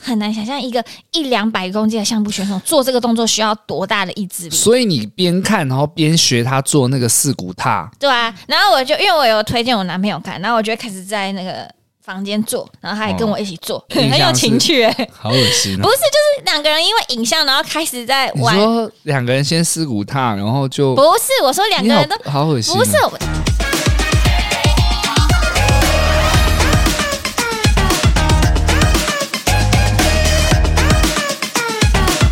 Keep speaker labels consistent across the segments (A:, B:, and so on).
A: 很难想象一个一两百公斤的相扑选手做这个动作需要多大的意志力。
B: 所以你边看然后边学他做那个四股踏，
A: 对啊，然后我就因为我有推荐我男朋友看，然后我就开始在那个房间做，然后他也跟我一起做，
B: 哦印象
A: 很有
B: 是
A: 情趣、欸。
B: 好恶心
A: 不
B: 哦！
A: 是，就是两个人因为影像，然后开始在
B: 你
A: 玩。
B: 说两个人先四股踏，然后就
A: 不是，我说两
B: 你
A: 个
B: 好
A: 人都
B: 好恶心哦，
A: 不是我。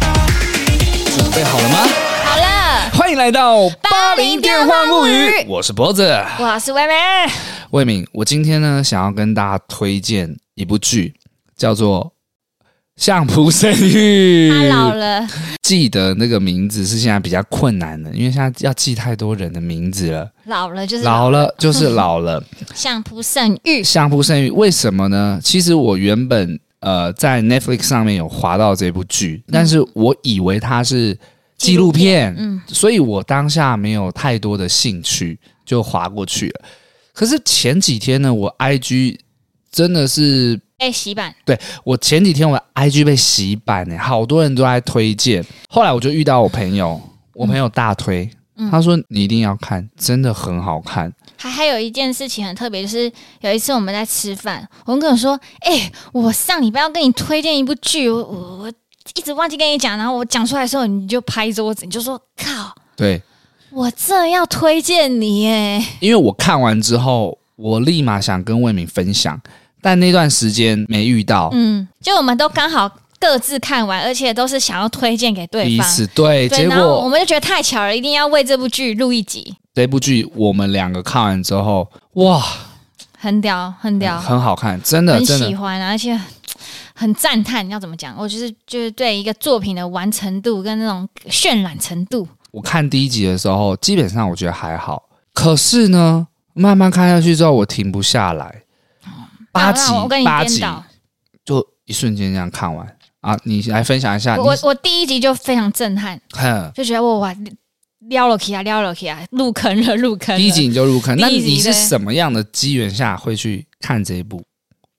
B: 准备好了吗？
A: 好了，
B: 欢迎来到八零电话物语
A: 电话物语，
B: 我是脖子
A: 我是外妹。
B: 魏敏。我今天呢，想要跟大家推荐一部剧，叫做《相扑圣域》。
A: 他老了，
B: 记得那个名字是现在比较困难的，因为现在要记太多人的名字了。
A: 老了就是
B: 老了就是老了，
A: 相扑圣域。
B: 相扑圣域为什么呢？其实我原本呃在 Netflix 上面有划到这部剧，但是我以为它是纪录片，
A: 嗯，
B: 所以我当下没有太多的兴趣，就划过去了。可是前几天呢，我 IG 真的是
A: 哎，洗版
B: 我前几天我的 IG 被洗版呢、好多人都在推荐。后来我就遇到我朋友，我朋友大推，他说你一定要看，真的很好看。
A: 还还有一件事情很特别，就是有一次我们在吃饭，我跟我说：“哎、我上礼拜要跟你推荐一部剧，我我我一直忘记跟你讲，然后我讲出来的时候，你就拍桌子，你就说靠，
B: 对，
A: 我正要推荐你 耶。
B: 因为我看完之后，我立马想跟魏敏分享，但那段时间没遇到。
A: 嗯，就我们都刚好各自看完，而且都是想要推荐给对
B: 彼
A: 方。
B: 此对，
A: 对，
B: 哎结
A: 然后我
B: 果
A: 们就觉得太巧了，一定要为这部剧录一集，
B: 这部剧我们两个看完之后，哇，
A: 很屌，很屌，
B: 很好看，真的
A: 很
B: 真
A: 喜
B: 的。
A: 欢，啊而且很赞叹。要怎么讲？我就是就是对一个作品的完成度跟那种渲染程度，
B: 我看第一集的时候，基本上我觉得还好，可是呢，慢慢看下去之后，我停不下来。八
A: 啊
B: 集
A: 那我跟，你
B: 八
A: 颠
B: 集
A: 倒。
B: 就一瞬间这样看完啊！你来分享一下，
A: 我
B: 你
A: 我我第一集就非常震撼，
B: 哼，
A: 就觉得哇哇撩了起啊，撩了起啊，入坑了，入坑了。
B: 第一集，你就入坑，
A: 第
B: 那
A: 一集
B: 你是
A: 对
B: 什么样的机缘下会去看这一部？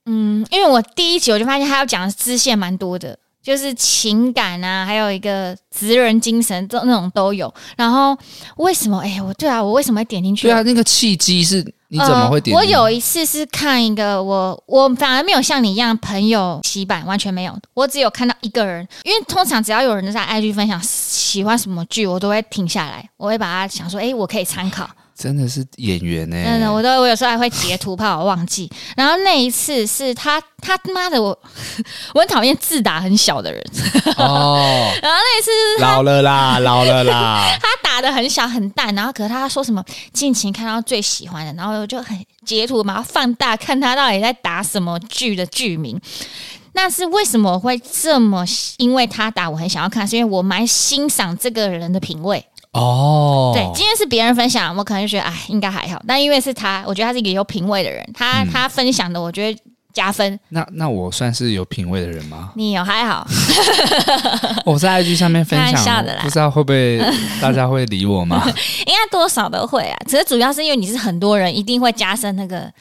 A: 嗯，因为我第一集我就发现他要讲的支线蛮多的，就是情感啊，还有一个职人精神这那种都有。然后为什么？哎、我对啊，我为什么会点进去？
B: 对啊，那个契机是你怎么会点？
A: 呃？我有一次是看一个我我反而没有像你一样朋友洗版，完全没有，我只有看到一个人。因为通常只要有人在 IG 分享喜欢什么剧，我都会停下来，我会把它想说，诶，我可以参考。
B: 真的是演员欸呢、
A: 真嗯的，我都我有时候还会截图，怕我忘记。然后那一次是他他妈的我 我很讨厌字打很小的人，
B: 哦，
A: 然后那一次
B: 老了啦，老了 啦，
A: 他打的很小很淡，然后可是他说什么尽情看到最喜欢的，然后我就很截图嘛，放大看他到底在打什么剧的剧名。那是为什么我会这么喜？因为他打我很想要看，是因为我蛮欣赏这个人的品味。
B: 哦，
A: 对，今天是别人分享，我可能就觉得哎，应该还好。但因为是他，我觉得他是一个有品味的人，他、他分享的，我觉得加分。？
B: 那那我算是有品味的人吗
A: 你有还好，
B: 我在 IG 上面分
A: 开玩笑
B: 享
A: 的，啦
B: 不知道会不会大家会理我 吗？
A: 应该多少都会啊。只是主要是因为你是很多人，一定会加深那个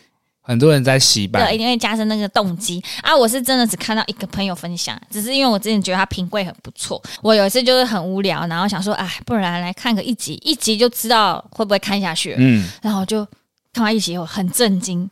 B: 很多人在洗版
A: 对，一，定会加深那个动机啊！我是真的只看到一个朋友分享，只是因为我之前觉得他品味很不错，我有一次就是很无聊，然后想说，哎，不然来看个一集，一集就知道会不会看下去了。
B: 嗯，
A: 然后我就看完一集以后很震惊，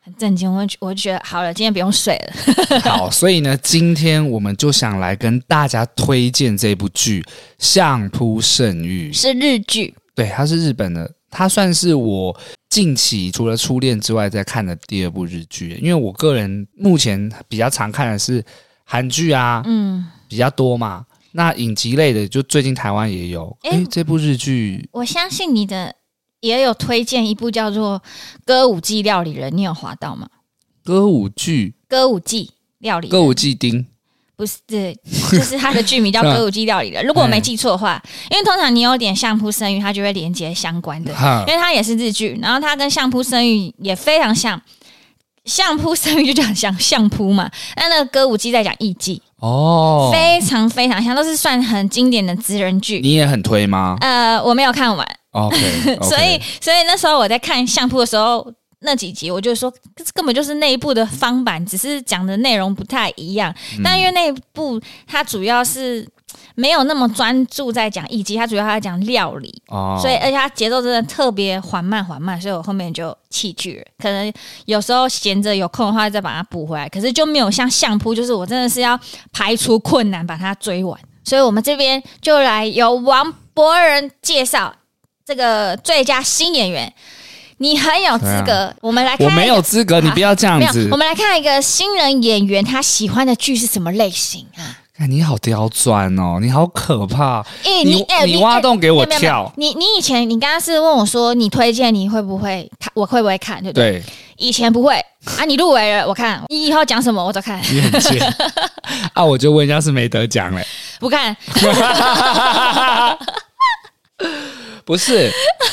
A: 很震惊，我就我就觉得好了，今天不用睡了。
B: 好，所以呢，今天我们就想来跟大家推荐这部剧《相扑圣域》。
A: 是日剧，
B: 对，它是日本的，它算是我近期除了初恋之外在看的第二部日剧。因为我个人目前比较常看的是韩剧啊，
A: 嗯，
B: 比较多嘛。那影集类的，就最近台湾也有。
A: 诶
B: 诶，这部日剧
A: 我相信你的也有推荐一部叫做《歌舞伎料理人》，你有滑到吗？
B: 歌舞剧
A: 歌舞伎料理人
B: 《歌舞伎町》，
A: 不是， 就是它的剧名叫《歌舞伎料理人》。如果我没记错的话，
B: 哎
A: 因为通常你有点相扑生育，它就会连接相关 的，
B: 哈
A: 因为它也是日剧，然后它跟相扑生育也非常像。相扑生育就讲像相扑嘛，那那个歌舞伎在讲艺伎，
B: 哦，
A: 非常非常像，都是算很经典的职人剧。
B: 你也很推吗
A: 呃，我没有看完，
B: ？OK，, o k
A: 所以所以那时候我在看相扑的时候，那几集，我就说这根本就是内部的翻版，只是讲的内容不太一样。但因为内部它主要是没有那么专注在讲艺伎，它主要在讲料理，
B: 哦，
A: 所以呃而且它节奏真的特别缓慢缓慢，所以我后面就弃剧了。可能有时候闲着有空的话再把它补回来，可是就没有像相扑，就是我真的是要排除困难把它追完。所以我们这边就来由王博仁介绍这个最佳新演员，你很有资格。我们来看，
B: 我没有资格，你不要这样
A: 没有
B: 子，
A: 啊我。们来看一个新人演员他喜欢的剧是什么类型啊？
B: 哎，你好刁钻哦，你好可怕，
A: 哎
B: 你
A: 哎
B: 你挖
A: 哎
B: 洞给
A: 没
B: 我
A: 有没有没
B: 跳
A: 有。你你以前你刚刚是问我说你推荐你会不会看，我会不会看，对不对？
B: 对，
A: 以前不会啊，你入围了，我看你以后讲什么我都看，
B: 你很贱 啊！我就问一下，是没得奖嘞？
A: 不看。
B: 不是，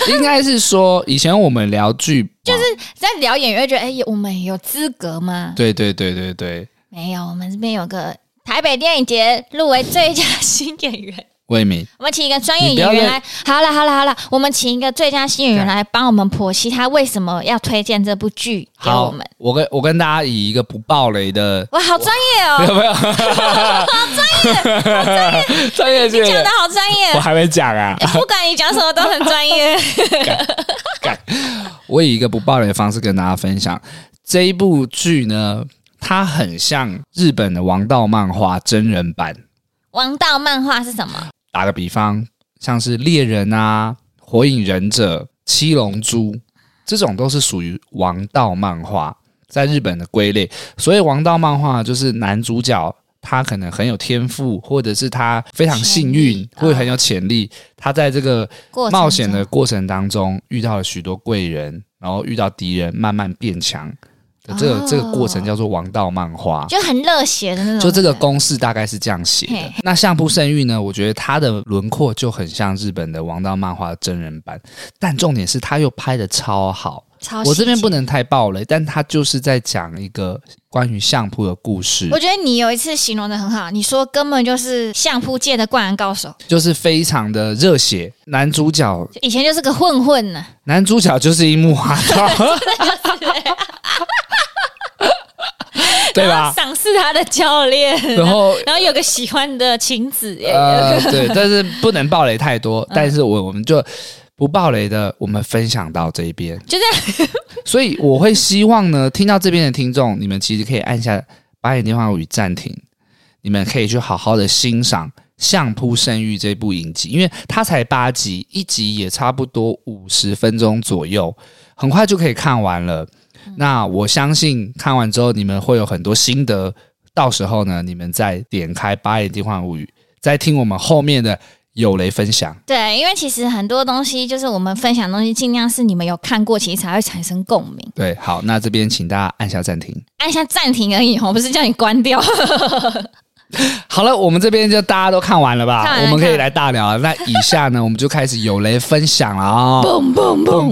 B: 应该是说以前我们聊剧，就是
A: 在聊演员，觉得哎、我们有资格吗？
B: 对对对对对，
A: 没有，我们这边有个台北电影节入围最佳新演员。
B: 魏敏，
A: 我们请一个专业
B: 你不要
A: 演员
B: 再
A: 来，好了好了好了，我们请一个最佳新演员来帮我们剖析他为什么要推荐这部剧给
B: 好，
A: 我们。
B: 我跟我跟大家以一个不爆雷的，
A: 哇，好专业
B: 没
A: 哦！
B: 有没 有，好专业，专业，
A: 你
B: 专
A: 讲
B: 业
A: 的，好专业哦
B: 我，还没讲啊。
A: 哎不管你讲什么都很专业。
B: 我以一个不暴雷的方式跟大家分享这一部剧呢，它很像日本的王道漫画真人版。
A: 王道漫画是什么？
B: 打个比方，像是猎人啊、火影忍者、七龙珠这种都是属于王道漫画，在日本的归类。所以王道漫画就是男主角他可能很有天赋，或者是他非常幸
A: 潜
B: 运
A: 力，嗯
B: 或者很有潜力，他在这个
A: 过程中
B: 冒险的过程当中遇到了许多贵人，然后遇到敌人，慢慢变强的这个、
A: 哦
B: 这个过程叫做王道漫画。
A: 就很热血的那种。
B: 就这个公式大概是这样写的
A: 嗯嘿。
B: 那相扑圣域呢？我觉得它的轮廓就很像日本的王道漫画真人版，但重点是它又拍的超好。
A: 超
B: 我这边
A: 哦细节
B: 不能太暴雷，但它就是在讲一个关于相扑的故事
A: 我，觉得你有一次形容的很好，你说根本就是相扑界的灌篮高手，
B: 就是非常的热血。男主角，
A: 以前就是个混混 呢、
B: 男主角就是樱木花道， 对吧？
A: 赏识他的教练，
B: 然后
A: 然后有个喜欢的晴子耶，
B: 呃，对，但是不能暴雷太多。
A: 嗯
B: 但是我我们就不暴雷的，我们分享到这一边。
A: 就这样。
B: 所以我会希望呢，听到这边的听众，你们其实可以按下把你的电话语暂停，你们可以去好好的欣赏《相扑圣域》这部影集，因为它才八集，一集也差不多五十分钟左右，很快就可以看完了。
A: 嗯
B: 那我相信看完之后，你们会有很多心得。到时候呢，你们再点开《八眼电幻物语》，再听我们后面的有雷分享。
A: 对，因为其实很多东西就是我们分享的东西，尽量是你们有看过，其实才会产生共鸣。
B: 对，好，那这边请大家按下暂停。
A: 按下暂停而已哦，我不是叫你关掉。
B: 好了，我们这边就大家都看完了吧？
A: 看完了
B: 我们可以来大聊了。那以下呢，我们就开始有雷分享了啊、
A: 嘣嘣
B: 蹦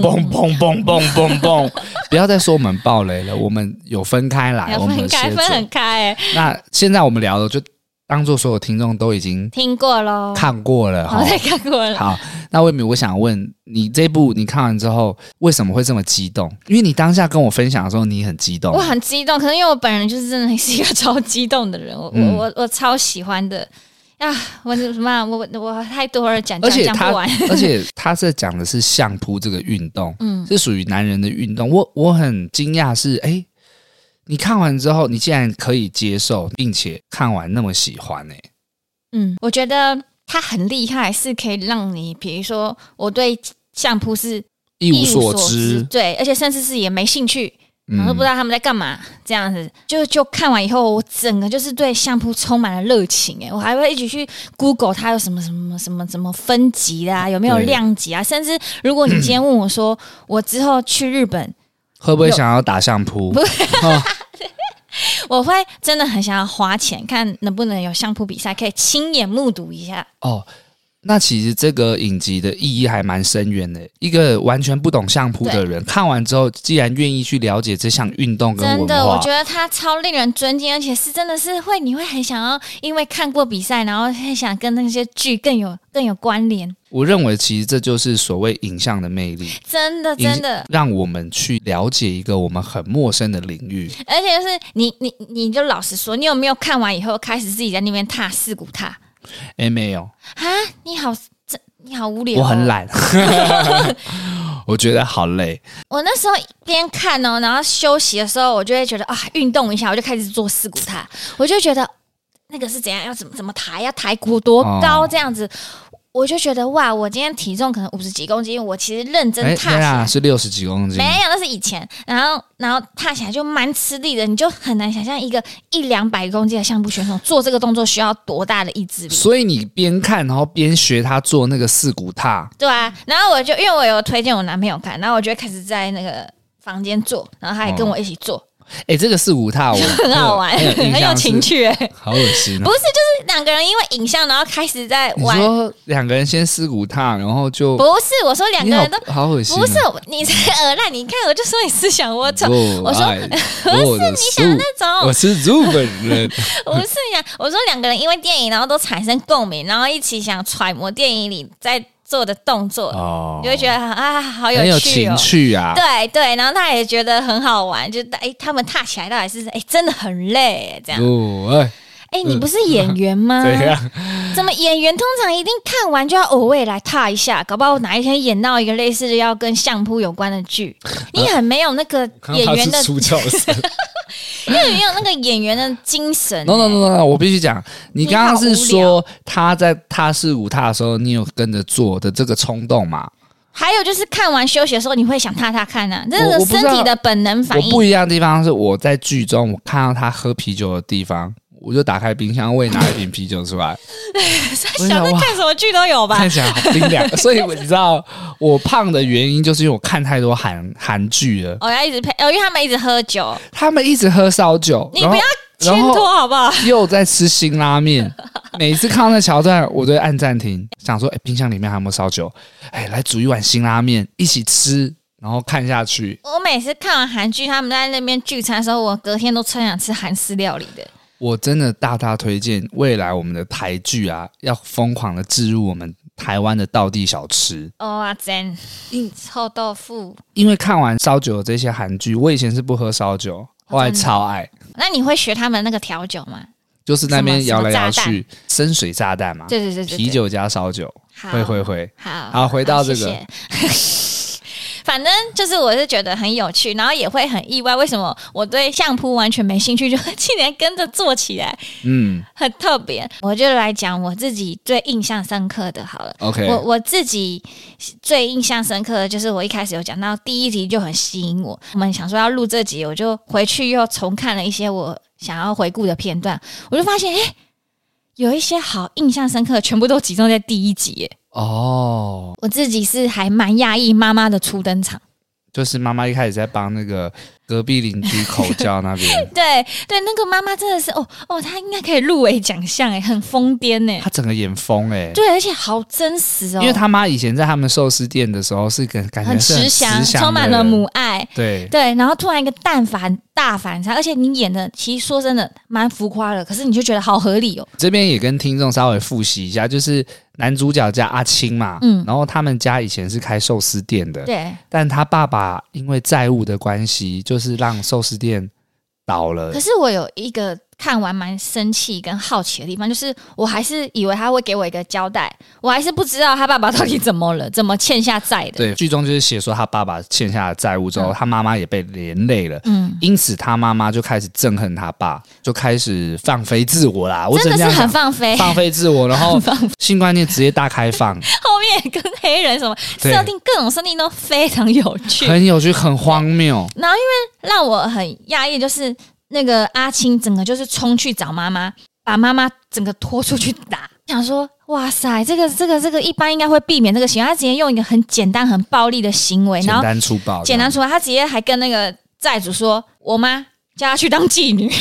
A: 嘣！
B: 蹦蹦蹦蹦蹦蹦！不要再说我们爆雷了，我们有分开来，
A: 要
B: 哎我们
A: 分
B: 有
A: 开，
B: 协
A: 哎分
B: 作
A: 很开、欸，
B: 那现在我们聊的就当做所有听众都已经
A: 听过喽，
B: 看过了哈
A: 我。再看过了。
B: 好，那魏敏，我想问你，这部你看完之后为什么会这么激动？因为你当下跟我分享的时候，你很激动
A: 我，很激动，可能因为我本人就是真的是一个超激动的人，我、
B: 嗯
A: 我我我超喜欢的啊！我什么我我我太多了讲 讲
B: 而且
A: 讲
B: 他
A: 不完，
B: 而且他是讲的是相扑这个运 动，
A: 嗯，
B: 是属于男人的运动。我我很惊讶是，哎、你看完之后，你竟然可以接受，并且看完那么喜欢欸呢、
A: 嗯，我觉得他很厉害，是可以让你，比如说我对相扑是
B: 一无所知，
A: 对，而且甚至是也没兴趣，然后
B: 嗯
A: 都不知道他们在干嘛，这样子就就看完以后，我整个就是对相扑充满了热情哎，我还会一起去 Google 它有什么什么什么什么分级啦、有没有
B: 对
A: 量级啊，甚至如果你今天问我说，我之后去日本，
B: 会不会想要打相扑？哦
A: 我会真的很想要花钱看能不能有相扑比赛，可以亲眼目睹一下。
B: 哦，那其实这个影集的意义还蛮深远的。一个完全不懂相扑的人看完之后，既然愿意去了解这项运动跟文化，
A: 真的，我觉得他超令人尊敬，而且是真的是会，你会很想要，因为看过比赛，然后很想跟那些剧更有更有关联。
B: 我认为其实这就是所谓影像的魅力，
A: 真的，
B: 影
A: 真的，
B: 让我们去了解一个我们很陌生的领 域。
A: 而且就是你你你就老实说，你有没有看完以后开始自己在那边踏四股踏
B: 哎，没有，
A: 啊？你好，这你好无聊、哦
B: 我 很。懒， 我觉得好累。
A: 我那时候边看哦，然后休息的时候，我就会觉得啊，运动一下，我就开始做四股踏，我就觉得那个是怎样，要怎么怎么抬，要抬骨多高
B: 哦
A: 这样子。我就觉得哇，我今天体重可能五十几公斤，我其实认真
B: 哎，
A: 踏起
B: 对
A: 来
B: 啊，是六十几公斤，
A: 没有，那是以前。然后，然后踏起来就蛮吃力的，你就很难想象一个一两百公斤的相扑选手做这个动作需要多大的意志力。
B: 所以你边看然后边学他做那个四股踏，
A: 对啊，然后我就因为我有推荐我男朋友看，然后我就会开始在那个房间做，然后他也
B: 哦
A: 跟我一起做，
B: 哎，这个四股踏我
A: 很好玩，
B: 很有
A: 很
B: 印
A: 有
B: 象是
A: 情，趣、欸。
B: 好恶心哦
A: 不。是，就是两个人因为影像，然后开始在
B: 你
A: 玩。
B: 说两个人先四股踏，然后就
A: 不是，我说两
B: 你
A: 个
B: 好
A: 人都
B: 好恶心哦，
A: 不是，你是耳烂，你看我就说你思想龌龊。
B: 我
A: 我说
B: 爱哦哎我的
A: 你想
B: 树
A: 那种，
B: 我是日本 人，
A: 不是呀，我说两个人因为电影，然后都产生共鸣，然后一起想揣摩电影里在做的动作，
B: 哦
A: 你会觉得啊，好
B: 很有
A: 趣
B: 情
A: 哦。
B: 趣啊。
A: 对对，然后他也觉得很好玩，就哎、他们踏起来到底是哎、真的很累这样。
B: 哦，哎，
A: 哎、你不是演员 吗？
B: 怎样？
A: 怎么演员通常一定看完就要偶尔来踏一下？搞不好哪一天演到一个类似的要跟相扑有关的 剧，你很没有那个演员的，
B: 出教师。
A: 你很没有那个演员的精神、
B: No no no no，no，我必须讲，你
A: 你
B: 刚刚
A: 好
B: 是
A: 无
B: 说他在他是舞踏的时候，你有跟着做的这个冲动嘛？
A: 还有就是看完休息的时候，你会想踏踏看啊，这
B: 我
A: 个
B: 我不知
A: 身
B: 道
A: 体的本能反
B: 我
A: 应。
B: 不一样的地方是，我在剧中我看到他喝啤酒的地方，我就打开冰箱，我也拿一瓶啤酒 出来，我 就
A: 小
B: 想
A: 在
B: 哇，
A: 看什么剧都有吧
B: 看？起来好冰凉。 所以你知道我胖的原因，就是因为我看太多韩韩剧了，
A: 我要一直配，哦，因为他们一直喝酒，
B: 他们一直喝烧酒，
A: 你
B: 然
A: 不
B: 后
A: 要牵
B: 然后
A: 拖好不好？
B: 又在吃辛拉面。每次看到那桥段，我都会按暂停，想说：哎、冰箱里面还有没有烧酒？哎、来煮一碗辛拉面，一起吃，然后看下去。
A: 我每次看完韩剧，他们在那边聚餐的时候，我隔天都超想吃韩式料理的。
B: 我真的大大推荐未来我们的台剧啊，要疯狂的置入我们台湾的道地小吃。
A: 哦啊，真臭豆腐。
B: 因为看完烧酒的这些韩剧，我以前是不喝烧 酒，
A: 哦
B: 后来超爱，
A: 那你会学他们那个调酒吗？
B: 就是那边
A: 什
B: 摇
A: 么
B: 来摇
A: 什么炸弹
B: 去，深水炸弹嘛，
A: 对对对对，对
B: 啤酒加烧酒，
A: 好
B: 会会会。
A: 好
B: 好回到这个
A: 谢 谢反正就是，我是觉得很有趣，然后也会很意外，为什么我对相扑完全没兴趣，就竟然跟着做起来，
B: 嗯
A: 很特别。我就来讲我自己最印象深刻的好了。
B: ，OK，
A: 我我自己最印象深刻的就是我一开始有讲到第一集就很吸引我，我们想说要录这集，我就回去又重看了一些我想要回顾的片段，我就发现诶，有一些好印象深刻的，全部都集中在第一集耶。
B: 哦，
A: 我自己是还蛮讶异妈妈的初登场，，
B: 就是妈妈一开始在帮那个隔壁邻居口交那边
A: 对对，那个妈妈真的是哦哦，她应该可以入围奖项哎，很疯癫哎，
B: 她整个眼疯哎、
A: 对，而且好真实哦，
B: 因为她妈以前在他们寿司店的时候是感感觉
A: 很
B: 是
A: 慈
B: 祥，
A: 祥，充满了母，爱，
B: 对，
A: 对，然后突然一个但凡大反差，而且你演的其实说真的蛮浮夸的，可是你就觉得好合理哦。
B: 这边也跟听众稍微复习一下，就是男主角叫阿青嘛，
A: 嗯
B: 然后他们家以前是开寿司店的，
A: 对，
B: 但他爸爸因为债务的关系，就是让寿司店倒了
A: 可，是我有一个看完蛮生气跟好奇的地方，就是我还是以为他会给我一个交代，我还是不知道他爸爸到底怎么了，怎么欠下债的。
B: 对，剧中就是写说他爸爸欠下了债务之后，
A: 嗯
B: 他妈妈也被连累了，
A: 嗯，
B: 因此，他妈妈就开始憎恨他爸，就开始放飞自我啦。我只
A: 真
B: 能
A: 的
B: 这
A: 是
B: 样
A: 很
B: 讲，
A: 放飞，
B: 放飞自我，然后性观念直接大开放，
A: 后面跟黑人什么
B: 对
A: 设定各种设定都非常有趣，
B: 很有趣，很荒谬。
A: 让我很讶异，就是那个阿青整个就是冲去找妈妈，把妈妈整个拖出去打。想说，哇塞，这个这个这个一般应该会避免这个行为，他直接用一个很简单、很暴力的行为，
B: 简
A: 然后
B: 单粗暴，
A: 简单，说，他直接还跟那个债主说：“我妈叫她去当妓女。”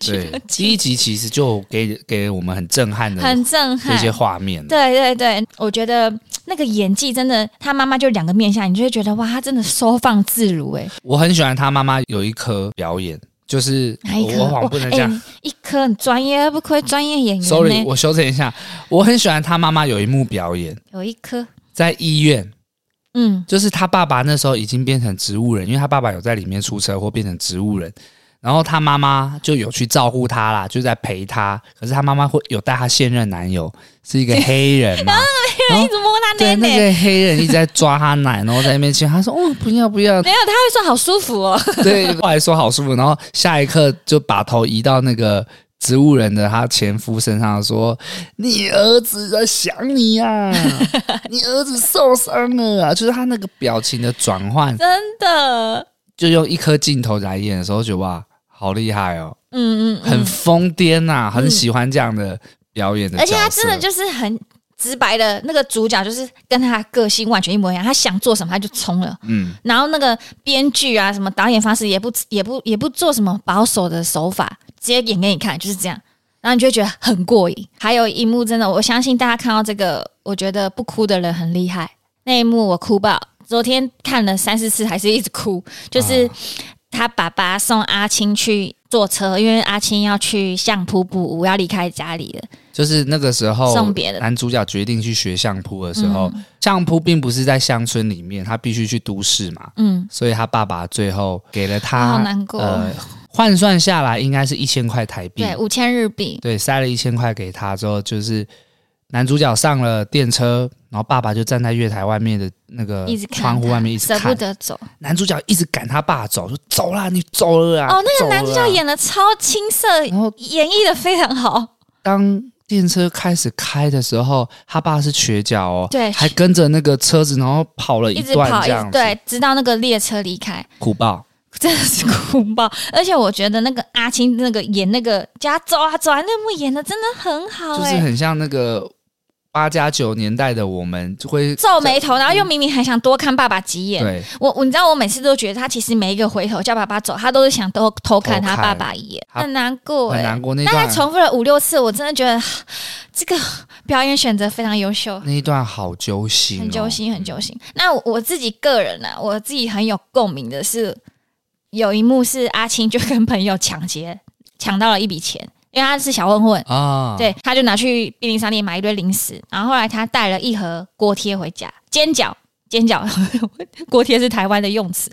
A: 觉得
B: 对，第一集其实就给给我们很震撼 的
A: 很震撼
B: 这。些画面，
A: 对对对，我觉得那个演技真的，他妈妈就两个面相，你就会觉得哇，他真的收放自如哎、
B: 我很喜欢他妈妈有一颗表演，就是
A: 哪一颗？
B: 我我
A: 哇
B: 不能
A: 哎
B: 这样。
A: 一颗很专业，不愧专业演员呢、
B: Sorry，我修正一下，我很喜欢他妈妈有一幕表演
A: 有一颗，
B: 在医院，
A: 嗯，
B: 就是他爸爸那时候已经变成植物人，因为他爸爸有在里面出车祸变成植物人，然后他妈妈就有去照顾他啦，就在陪他。可是他妈妈会有带他现任男友，是一个黑人嘛，然后
A: 一直摸他
B: 对
A: 奶
B: 那
A: 奶。
B: 个黑人一直在抓他奶，然后在那边亲，他说哦不要不 要，
A: 没有，他会说好舒服哦。
B: 对，后来说好舒服，然后下一刻就把头移到那个植物人的他前夫身上，说：“你儿子在想你呀、你儿子受伤了、啊。”就是他那个表情的转换，
A: 真的，
B: 就用一颗镜头来演的时候，觉得哇，好厉害哦，
A: 嗯嗯，嗯
B: 很疯癫呐、很喜欢这样的表演的角
A: 而
B: 色，
A: 且他真的就是很直白的，那个主角就是跟他个性完全一模一样，他想做什么他就冲了。
B: 嗯，
A: 然后那个编剧啊，什么导演方式也不也不也不做什么保守的手法，直接演给你看，就是这样。然后你就会觉得很过瘾。还有一幕真的，我相信大家看到这个，我觉得不哭的人很厉害。那一幕我哭爆，昨天看了三四次还是一直哭，就是
B: 啊
A: 他爸爸送阿青去坐车，因为阿青要去相扑补舞，要离开家里了。
B: 就是那个时候
A: 送别的嗯
B: 男主角决定去学相扑的时候，相扑并不是在乡村里面，他必须去都市嘛，
A: 嗯，
B: 所以他爸爸最后给了
A: 好
B: 他，
A: 难过
B: 呃，换算下来应该是一千块台币，
A: 对，五千日币，
B: 对，塞了一千块给他之后，就是男主角上了电车，然后爸爸就站在月台外面的那个
A: 一直看
B: 呃窗户
A: 他
B: 外面一直
A: 舍不
B: 看，
A: 得走。
B: 男主角一直赶他爸走，说走啦，你走了啊，
A: 哦，那
B: 走
A: 个男主
B: 了啊哦
A: 角演的超青涩，
B: 然后
A: 演绎的非常好。
B: 当电车开始开的时候，他爸是瘸脚哦，
A: 对
B: 还跟着那个车子，然后跑了
A: 一直
B: 段
A: 跑，一
B: 这样
A: 直
B: 子，，
A: 对，直到那个列车离开，
B: 苦爆。
A: 真的是哭爆。而且我觉得那个阿青那个演那个叫他走啊走啊那幕演的真的很好
B: 就是
A: 哎、
B: 很像那个八加九年代的我们，就会
A: 皱眉头，然后又明明很想多看爸爸几眼。
B: 对
A: 我我你知道，我每次都觉得他其实每一个回头叫爸爸走，他都是想偷偷看
B: 偷
A: 他
B: 看
A: 爸爸一眼，
B: 他
A: 很难过哎、
B: 很难过那
A: 大概
B: 段
A: 重复了五六次，我真的觉得 这个表演选择非常优秀。
B: 那一段好揪心、哦，
A: 很揪心，很揪心。那我我自己个人呢、啊，我自己很有共鸣的是，有一幕是阿青就跟朋友抢劫，抢到了一笔钱，因为他是小混混，
B: 啊！，
A: 对，他就拿去便利商店买一堆零食，然后后来他带了一盒锅贴回家，煎饺，煎饺， 锅贴是台湾的用词，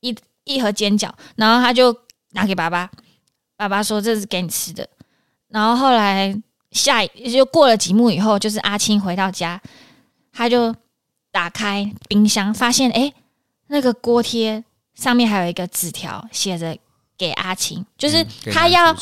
A: 一一盒煎饺，然后他就拿给爸爸，爸爸说这是给你吃的，然后后来下一就过了几幕以后，就是阿青回到家，他就打开冰箱，发现诶那个锅贴上面还有一个纸条，写着给阿青，就是
B: 嗯
A: 他要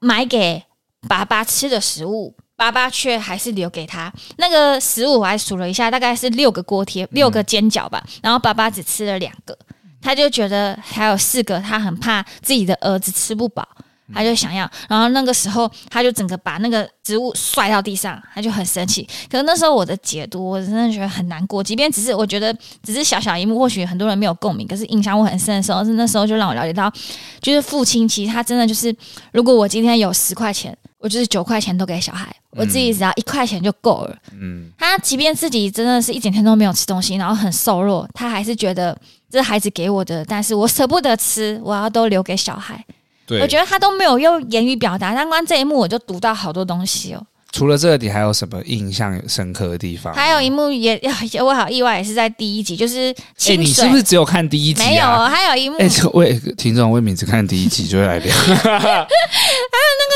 A: 买给爸爸吃的食物，爸爸却还是留给他那个食物。我还数了一下，大概是六个锅贴、六个煎饺吧，然后爸爸只吃了两个，他就觉得还有四个，他很怕自己的儿子吃不饱。他就想要，然后那个时候他就整个把那个植物摔到地上，他就很生气。可是那时候我的解读，我真的觉得很难过。即便只是我觉得只是小小一幕，或许很多人没有共鸣，可是影响我很深的时候，是那时候就让我了解到，就是父亲其实他真的就是如果我今天有十块钱，我就是九块钱都给小孩，我自己只要一块钱就够了。
B: 嗯，
A: 他即便自己真的是一整天都没有吃东西，然后很瘦弱，他还是觉得这是孩子给我的，但是我舍不得吃，我要都留给小孩。
B: 对
A: 我觉得他都没有用言语表达，但光这一幕我就读到好多东西哦。
B: 除了这个，你还有什么印象深刻的地方？
A: 还有一幕也也我好意外，也是在第一集，就是
B: 哎、
A: 清
B: 你
A: 水、
B: 是不是只有看第一集、啊？
A: 没有哦，还有一幕、
B: 哎、这为听众为敏只看第一集就 会来聊，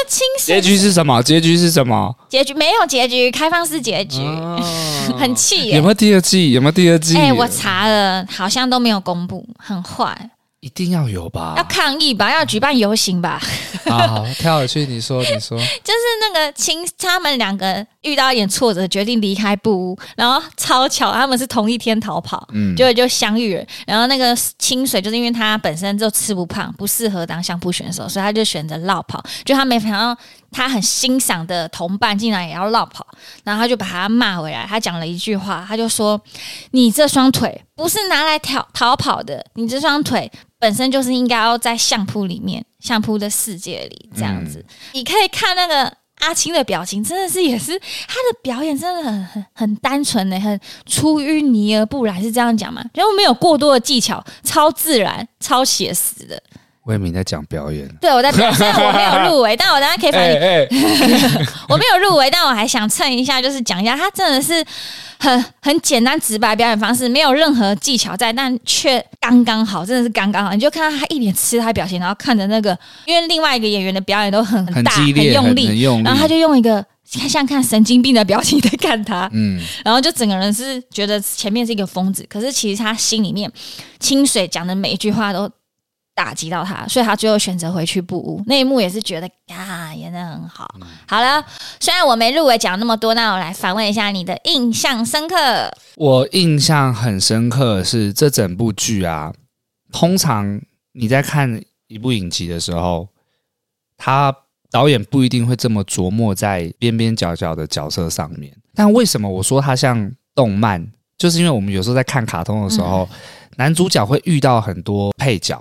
A: 清水
B: 结局是什么？结局是什么？
A: 结局没有结局，开放式结局，
B: 哦
A: 很气耶
B: 嗯有没。有第二季？有没有第二季？
A: 哎、我查了，好像都没有公布，很坏，
B: 一定要有吧
A: 要？抗议吧，要举办游行吧。
B: 啊，好，跳回去，你说，你 说，
A: 就是那个亲，他们两个遇到一点挫折，决定离开布屋，然后超巧，他们是同一天逃跑，
B: 嗯，
A: 结果就相遇了。然后那个清水就是因为他本身就吃不胖，不适合当相扑选手，所以他就选择绕跑。就他没想到他很欣赏的同伴竟然也要绕跑，然后他就把他骂回来。他讲了一句话，他就说：“你这双腿不是拿来逃逃跑的，你这双腿本身就是应该要在相扑里面。”相扑的世界里，这样子，你可以看那个阿青的表情，真的是也是他的表演，真的很很很单纯呢、很出淤泥而不染，是这样讲吗？然后没有过多的技巧，超自然、超写实的。
B: 魏明在讲表演，
A: 对我在表现，我没有 入围，但我当然可以反映
B: 哎哎，
A: 我没有入围，但我还想蹭一下，就是讲一下，他真的是很很简单直白表演方式，没有任何技巧在，但却刚刚好，真的是刚刚好。你就看到他一脸痴呆表情，然后看着那个，因为另外一个演员的表演都很
B: 很
A: 大、
B: 激烈，
A: 用力，
B: 很用力，
A: 然后他就用一个像看神经病的表情在看他，
B: 嗯，
A: 然后就整个人是觉得前面是一个疯子，可是其实他心里面清水讲的每一句话都打击到他，所以他最后选择回去布屋。那一幕也是觉得啊，演的很好。
B: 嗯
A: 好了，虽然我没入围讲那么多，那我来反问一下你的印象深刻。
B: 我印象很深刻的是这整部剧啊，通常你在看一部影集的时候，他导演不一定会这么琢磨在边边角角的角色上面。但为什么我说它像动漫，就是因为我们有时候在看卡通的时候，男主角会遇到很多配角，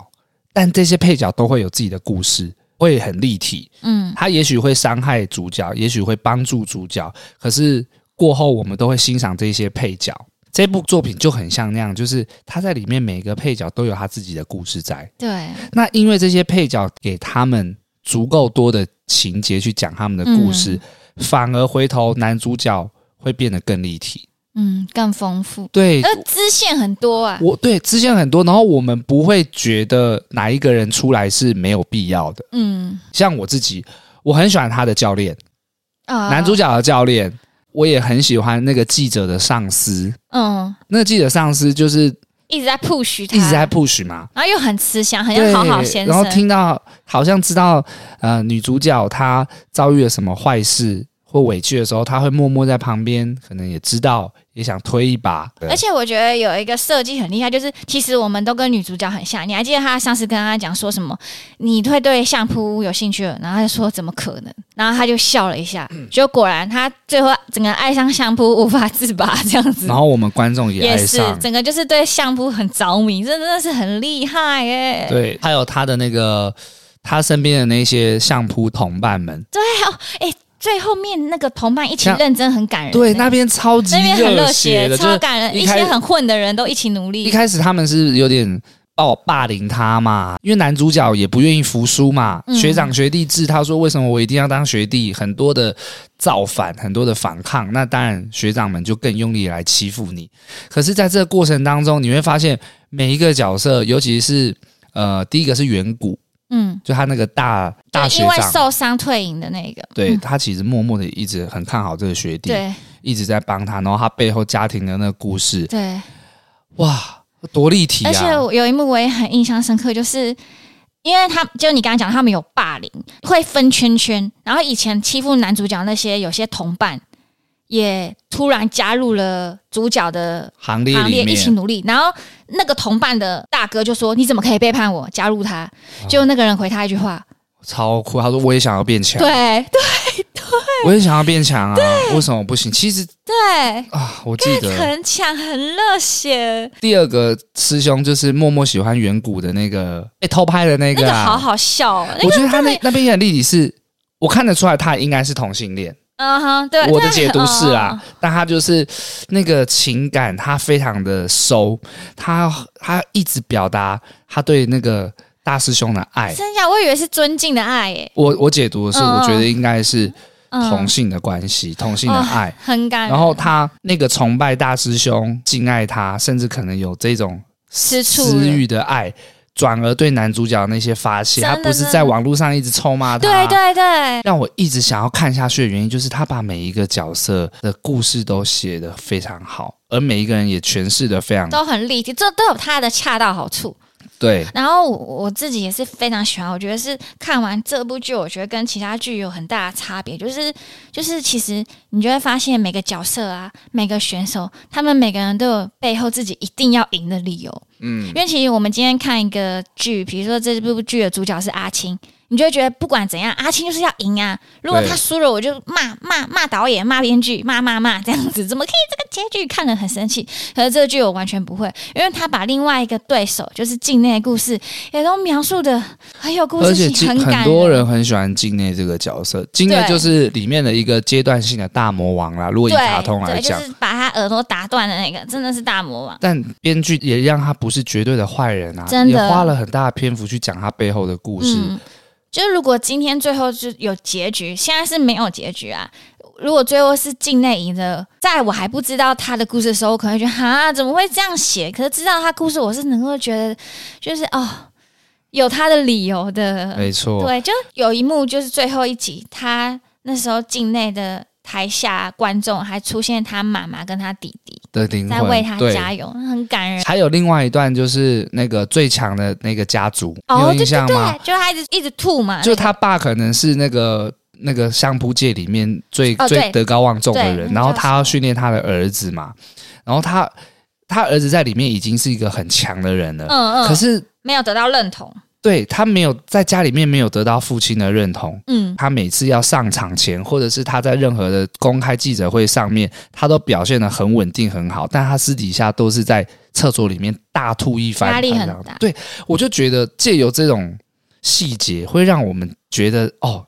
B: 但这些配角都会有自己的故事，会很立体。
A: 嗯
B: 他也许会伤害主角，也许会帮助主角，可是过后我们都会欣赏这些配角。这部作品就很像那样，就是他在里面每个配角都有他自己的故事在。
A: 对，
B: 那因为这些配角给他们足够多的情节去讲他们的故事，反而回头男主角会变得更立体。
A: 嗯，更丰富，
B: 对，
A: 而呃支线很多啊。
B: 我对之前很多，然后我们不会觉得哪一个人出来是没有必要的。
A: 嗯
B: 像我自己，我很喜欢他的教练。
A: 啊
B: 男主角的教练，我也很喜欢那个记者的上司。
A: 嗯
B: 那个记者上司就是
A: 一直在 push 他，
B: 一直在 push 嘛，
A: 然后又很慈祥，很像
B: 对，
A: 好好先
B: 然后
A: 生。
B: 听到好像知道呃女主角她遭遇了什么坏事或委屈的时候，他会默默在旁边，可能也知道，也想推一把。
A: 而且我觉得有一个设计很厉害，就是其实我们都跟女主角很像。你还记得她上次跟她讲说什么？你会对相扑有兴趣了？然后她就说怎么可能？然后她就笑了一下，
B: 嗯
A: 结果果然她最后整个爱上相扑无法自拔，这样子
B: 然。后我们观众也
A: 也
B: 爱
A: 是
B: 上，
A: 整个就是对相扑很着迷，这真的是很厉害耶、
B: 对，还有他的那个他身边的那些相扑同伴们，
A: 最后面那个同伴一起
B: 像
A: 认真，很感人、
B: 对，那边超级
A: 那边很热
B: 血的，就是
A: 超感人，
B: 一
A: 一
B: 开
A: 些很混的人都一起努
B: 一
A: 力。
B: 开始他们是有点霸霸凌他嘛，因为男主角也不愿意服输嘛，
A: 嗯
B: 学长学弟制，他说为什么我一定要当学弟？很多的造反，很多的反抗，那当然学长们就更用力来欺负你。可是，在这个过程当中，你会发现每一个角色，尤其是呃，第一个是远古，
A: 嗯，
B: 就他那个大大
A: 就
B: 学
A: 因为
B: 长。
A: 受伤退隐的那个，
B: 对
A: 嗯
B: 他其实默默的一直很看好这个学弟，
A: 对
B: 一直在帮他，然后他背后家庭的那个故事，
A: 对。
B: 哇，多立体啊！
A: 而且我有一幕我也很印象深刻，就是因为他就你刚刚讲他们有霸凌，会分圈圈，然后以前欺负男主角那些有些同伴也突然加入了主角的
B: 行列
A: 行
B: 里
A: 列一
B: 面
A: 起努力，然后那个同伴的大哥就说：“你怎么可以背叛我？加入
B: 啊
A: 他？”结果那个人回他一句话
B: 超酷，他说我也想要变：“强，
A: 对对
B: 我也想要变强啊，为什么不行？其实
A: 对，
B: 啊，我记得
A: 很强，很热血，
B: 第二个师兄就是默默喜欢远古的那个被偷拍的那
A: 那
B: 个
A: 个
B: 啊，
A: 好好笑、哦。”那
B: 我
A: 个
B: 觉得他那那边演立体是，我看得出来他应该是同性恋，
A: 嗯哼，对，
B: 我的
A: 对
B: 解读是啊
A: 嗯
B: 啦，但他就是那个情感，他非常的收，他他一直表达他对那个大师兄的爱。
A: 嗯真假？我以为是尊敬的爱耶、
B: 我我解读的是，
A: 嗯嗯
B: 我觉得应该是
A: 嗯
B: 同性的关系，同性的
A: 哦
B: 爱。
A: 很感人。
B: 然后他那个崇拜大师兄、敬爱他，甚至可能有这种
A: 吃醋了
B: 私欲的爱，转而对男主角那些发泄。
A: 真
B: 他
A: 的
B: 不是在网络上一直臭骂他，
A: 对。对对，
B: 让我一直想要看下去的原因，就是他把每一个角色的故事都写得非常好，而每一个人也诠释得非常
A: 都很立体，这都有它的恰到好处。
B: 对。
A: 然后我我自己也是非常喜欢，我觉得是看完这部剧，我觉得跟其他剧有很大的差别，就是就是其实你就会发现每个角色啊，每个选手，他们每个人都有背后自己一定要赢的理由。嗯，因为其实我们今天看一个剧，比如说这部剧的主角是阿青。你就会觉得不管怎样，阿青就是要赢啊！如果
B: 对
A: 他输了，我就骂骂骂导演、骂编剧、骂骂骂这样子，怎么可以这个角些剧看了很生气，可是这个剧我完全不会，因为他把另外一个对手，就是境内的故事，也都描述的很有故
B: 而
A: 事
B: 且
A: 性，
B: 境
A: 很感
B: 很多人很喜欢境内这个角色，境内
A: 对
B: 就是里面的一个阶段性的大魔王啦。如果以
A: 对
B: 卡通来
A: 对，就
B: 讲，
A: 是把他耳朵打断的那个，真的是大魔王。
B: 但编剧也让他不是绝对的坏人啊，
A: 真的
B: 也花了很大的篇幅去讲他背后的故事。
A: 嗯，就是如果今天最后就有结局，现在是没有结局啊。如果最后是境内赢的，在我还不知道他的故事的时候，我可能会觉得哈怎么会这样写？可是知道他故事，我是能够觉得就是哦，有他的理由的。
B: 没错，
A: 对，就有一幕就是最后一集，他那时候境内的台下观众还出现他妈妈跟他弟弟
B: 的灵
A: 在为
B: 魂
A: 他
B: 对。
A: 加油，很感人。
B: 还有另外一段就是那个最强的那个家族，你
A: 哦，
B: 有
A: 对
B: 印
A: 对
B: 象吗
A: 对？，就他一直一直吐嘛，
B: 就他爸可能是那个那个相扑界里面最、
A: 哦对
B: 最德高望重的
A: 对
B: 人，
A: 那
B: 然后
A: 叫
B: 他
A: 什
B: 要
A: 么
B: 训练他的儿子嘛，然后他他儿子在里面已经是一个很强的人了，
A: 嗯嗯，
B: 可是
A: 没有得到认同，
B: 对他没有在家里面没有得到父亲的认同。
A: 嗯，
B: 他每次要上场前，或者是他在任何的公开记者会上面，他都表现得很稳定很好，但他私底下都是在厕所里面大吐一番，
A: 压力很
B: 然后
A: 大
B: 对，我就觉得借由这种细节，会让我们觉得哦。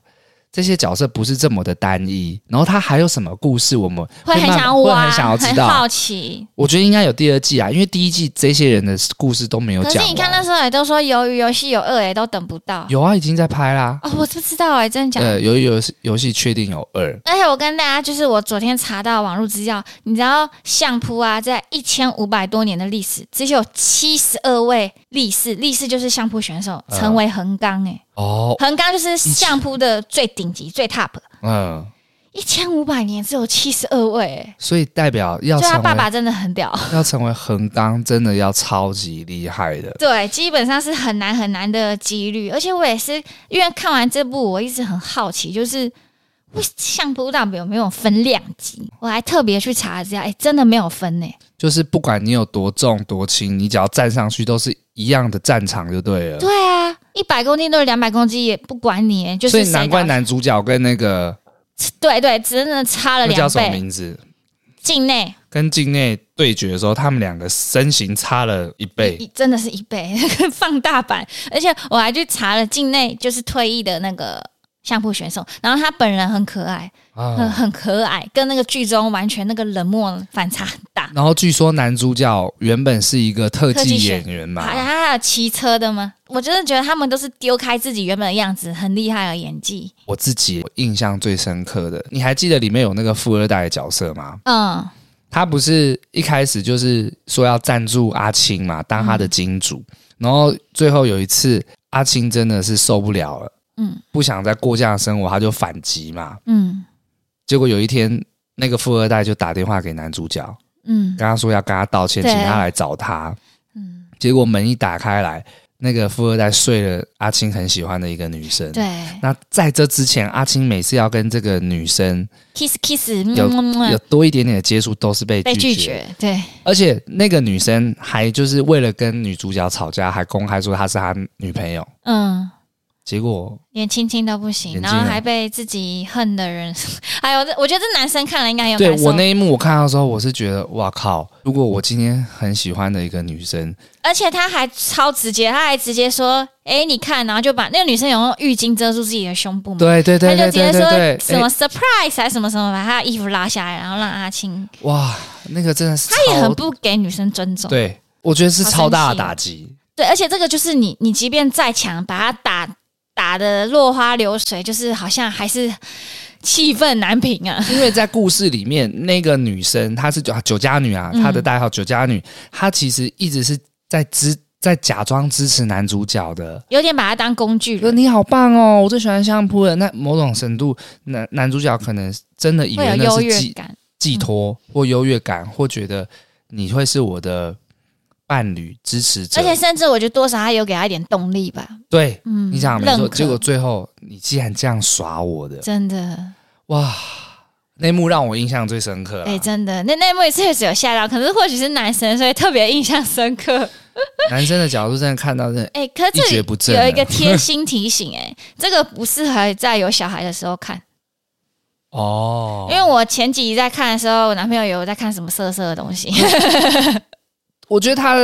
B: 这些角色不是这么的单一，然后他还有什么故事，我们
A: 会很
B: 慢慢
A: 想要
B: 会
A: 挖，
B: 很想要知
A: 很
B: 道
A: 好。奇。
B: 我觉得应该有第二季啊，因为第一季这些人的故事都没有
A: 可
B: 讲
A: 是
B: 完。
A: 你看那时候也都说鱿鱼游戏有二，也都等不到。
B: 有啊，已经在拍啦。
A: 哦，我不知道哎、真的假的？
B: 呃，由于游戏游戏确定有二，
A: 而且我跟大家就是，我昨天查到网络资料，你知道相扑啊，在一千五百多年的历史，只有七十二位力士，力士就是相扑选手，
B: 嗯
A: 成为横纲哎，
B: 哦，
A: 横纲就是相扑的最顶级、最 top。
B: 嗯，
A: 一千五百年只有七十二位、欸，
B: 所以代表要
A: 就
B: 成
A: 他
B: 为
A: 爸爸真的很屌。
B: 要成为横纲，真的要超级厉害的。
A: 对，基本上是很难很难的几率。而且我也是因为看完这部，我一直很好奇，就是为相扑到底有没有分量级？我还特别去查了资料，哎、真的没有分呢、
B: 就是不管你有多重多轻，你只要站上去都是一样的战场就对了。
A: 对啊，一百公斤对两百公斤也不管你、欸，就
B: 所
A: 是
B: 以
A: 谁
B: 难怪
A: 打
B: 男主角跟那个
A: 对对，真的差了
B: 那叫
A: 两
B: 什么
A: 倍。
B: 名字，
A: 境内
B: 跟境内对决的时候，他们两个身形差了一倍。
A: 一真的是一倍 放大版，而且我还去查了境内就是退役的那个相扑选手，然后他本人很可爱，很
B: 啊！
A: 很可爱，跟那个剧中完全那个冷漠反差很大。
B: 然后据说男主角原本是一个特
A: 特技
B: 技演
A: 选啊
B: 员
A: 还
B: 嘛，
A: 还有骑车的吗？我真的觉得他们都是丢开自己原本的样子，很厉害的演技。
B: 我自己印象最深刻的，你还记得里面有那个富二代的角色吗？
A: 嗯，
B: 他不是一开始就是说要赞助阿青嘛，当他的金主，然后最后有一次阿青真的是受不了了，
A: 嗯
B: 不想再过这样的生活，他就反击嘛。
A: 嗯
B: 结果有一天，那个富二代就打电话给男主角，
A: 嗯
B: 跟他说要跟他道歉，
A: 对
B: 请他来找他。
A: 嗯，
B: 结果门一打开来，那个富二代睡了阿青很喜欢的一个女生。
A: 对
B: 那在这之前，阿青每次要跟这个女生
A: ，kiss kiss，
B: 有
A: 么么么
B: 有多一点点的接触，都是
A: 嗯
B: 被
A: 被拒
B: 拒绝的。
A: 绝，对，
B: 而且那个女生还就是为了跟女主角吵架，还公开说她是她女朋友，
A: 嗯。
B: 结果
A: 连亲亲都不行，
B: 连
A: 然
B: 亲啊
A: 后还被自己恨的人， 哎呦，这我觉得这男生看了应该有
B: 对
A: 感受
B: 我，那一幕我看到的时候，我是觉得哇靠！如果我今天很喜欢的一个女生，
A: 而且他还超直接，他还直接说：“哎，你看。”然后就把那个女生有用浴巾遮住自己的胸部嘛，
B: 对对对
A: 嗯他就直
B: 对
A: 接
B: 对
A: 说
B: 对
A: 什
B: 对，
A: 么
B: 哎
A: surprise 还是什么什么，把他的衣服拉下来，然后让阿青，
B: 哇，那个真的是
A: 他也
B: 超
A: 很不给女生尊重。
B: 对，我觉得是
A: 好
B: 超大
A: 生气
B: 的打击。
A: 对而且这个就是你，你即便再强，把他打打的落花流水，就是好像还是气愤难平啊。
B: 因为在故事里面，那个女生她是酒酒家女啊，
A: 嗯
B: 她的代号酒家女，她其实一直是在支在假装支持男主角的。
A: 有点把他当工具
B: 说
A: 人，
B: 你好棒哦，我最喜欢相扑了。那某种程度，男男主角可能真的以
A: 会
B: 为
A: 有
B: 那
A: 优
B: 是
A: 越
B: 寄
A: 感。嗯
B: 寄托或优越感，或觉得你会是我的伴侣支持者
A: 而。且甚至我觉得多少还有给他一点动力吧。
B: 对
A: 嗯，
B: 你讲的没
A: 认
B: 错，
A: 可
B: 结果最后你既然这样耍我的，
A: 真的，
B: 哇！那一幕让我印象最深刻啦啊
A: 哎、真的，那那一幕也确实有吓到，可是或许是男生，所以特别印象深 刻。
B: 男生的角度真的看到 真的
A: 哎、可是
B: 一
A: 这
B: 蹶
A: 里
B: 不振 啊
A: 有一个贴心提醒、哎，这个不适合在有小孩的时候看。
B: 哦
A: 因为我前几集在看的时候，我男朋友有在看什么色色的东西，
B: 哦我觉得他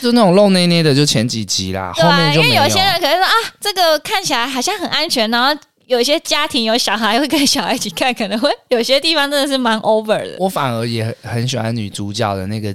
B: 就那种露内内的，就前几集 啦，
A: 对
B: 后
A: 啊，
B: 面
A: 因
B: 就
A: 为
B: 没有。
A: 有些人可能说啊，这个看起来好像很安全，然后有一些家庭有小孩会跟小孩一起看，可能会有些地方真的是蛮 over 的。
B: 我反而也很很喜欢女主角的那个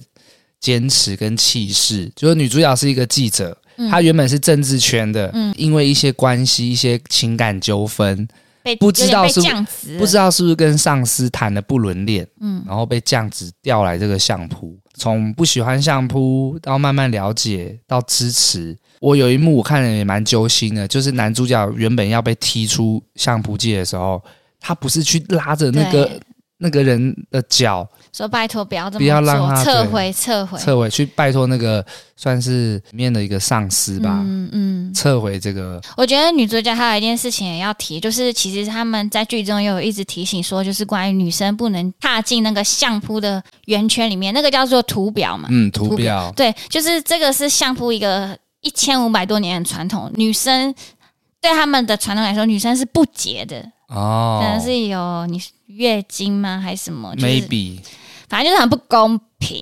B: 坚持跟气势，就是女主角是一个记者，
A: 嗯
B: 她原本是政治圈的，
A: 嗯
B: 因为一些关系、一些情感纠纷，
A: 被
B: 不知道
A: 有点
B: 是
A: 被降职了，
B: 不知道是不是跟上司谈了不伦恋，
A: 嗯
B: 然后被降职调来这个相扑，从不喜欢相扑到慢慢了解到支持。我有一幕我看了也蛮揪心的，就是男主角原本要被踢出相扑界的时候，他不是去拉着那个
A: 对
B: 那个人的脚
A: 说拜托不要这么
B: 不要让
A: 做
B: 他
A: 撤
B: 对
A: 回撤回
B: 撤回去拜托那个算是里面的一个上司吧，
A: 嗯嗯，
B: 撤回这个
A: 我觉得女主角还有一件事情也要提，就是其实他们在剧中也有一直提醒说，就是关于女生不能踏进那个相扑的圆圈里面，那个叫做图表嘛。
B: 嗯图
A: 图
B: 标，
A: 对，就是这个是相扑一个一千五百多年的传统，女生对他们的传统来说，女生是不洁的，可
B: 哦
A: 能是有你月经吗，还是什么？就是、
B: maybe
A: 反正就是很不公平。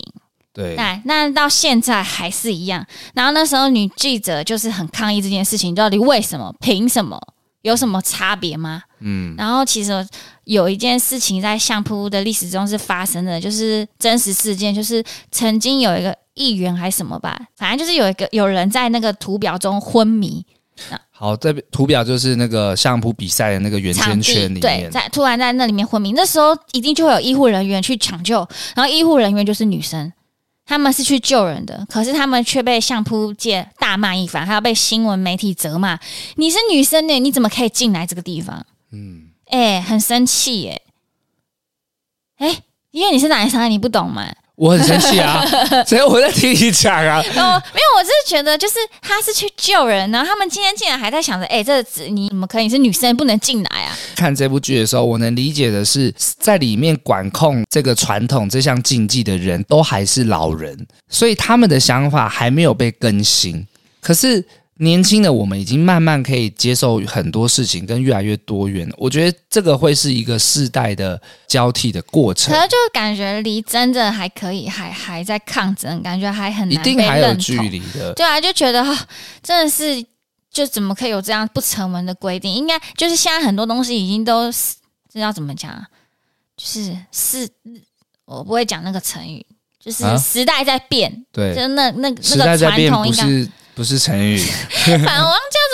B: 对
A: 对，那到现在还是一样。然后那时候女记者就是很抗议这件事情，到底为什么？凭什么？有什么差别吗？
B: 嗯
A: 然后其实有一件事情在相扑的历史中是发生的，就是真实事件，就是曾经有一个议员还是什么吧，反正就是有一个有人在那个图表中昏迷，
B: 好这边图表就是那个相扑比赛的那个圆
A: 场
B: 圈
A: 地
B: 圈里
A: 对，
B: 面，
A: 在突然在那里面昏迷，那时候一定就会有医护人员去抢救，然后医护人员就是女生。他们是去救人的，可是他们却被相扑界大骂一番，还要被新闻媒体责骂。你是女生呢，你怎么可以进来这个地方？
B: 嗯。
A: 哎、很生气耶、哎、因为你是哪一行，你不懂嘛？
B: 我很生气 啊，所以我在听你讲啊。
A: 哦，没有，我只是觉得，就是他是去救人，然后他们今天竟然还在想着，哎、这只你怎么可以你是女生不能进来啊？
B: 看这部剧的时候，我能理解的是，在里面管控这个传统这项竞技的人都还是老人，所以他们的想法还没有被更新。可是年轻的我们已经慢慢可以接受很多事情，跟越来越多元。我觉得这个会是一个世代的交替的过程
A: 可，是就感觉离真的还可以，还还在抗争，感觉还很
B: 一
A: 难被
B: 定还有
A: 认
B: 距
A: 同。
B: 离的。
A: 对啊，就觉得、哦、真的是，就怎么可以有这样不成文的规定？应该就是现在很多东西已经都是这要怎么讲啊？就是是，我不会讲那个成语，就是
B: 啊
A: 时代在变，
B: 对，
A: 就是那那
B: 时
A: 那
B: 代
A: 个
B: 在
A: 传
B: 变，
A: 统
B: 不
A: 应该
B: 是不是 成语，
A: 反而我忘记要怎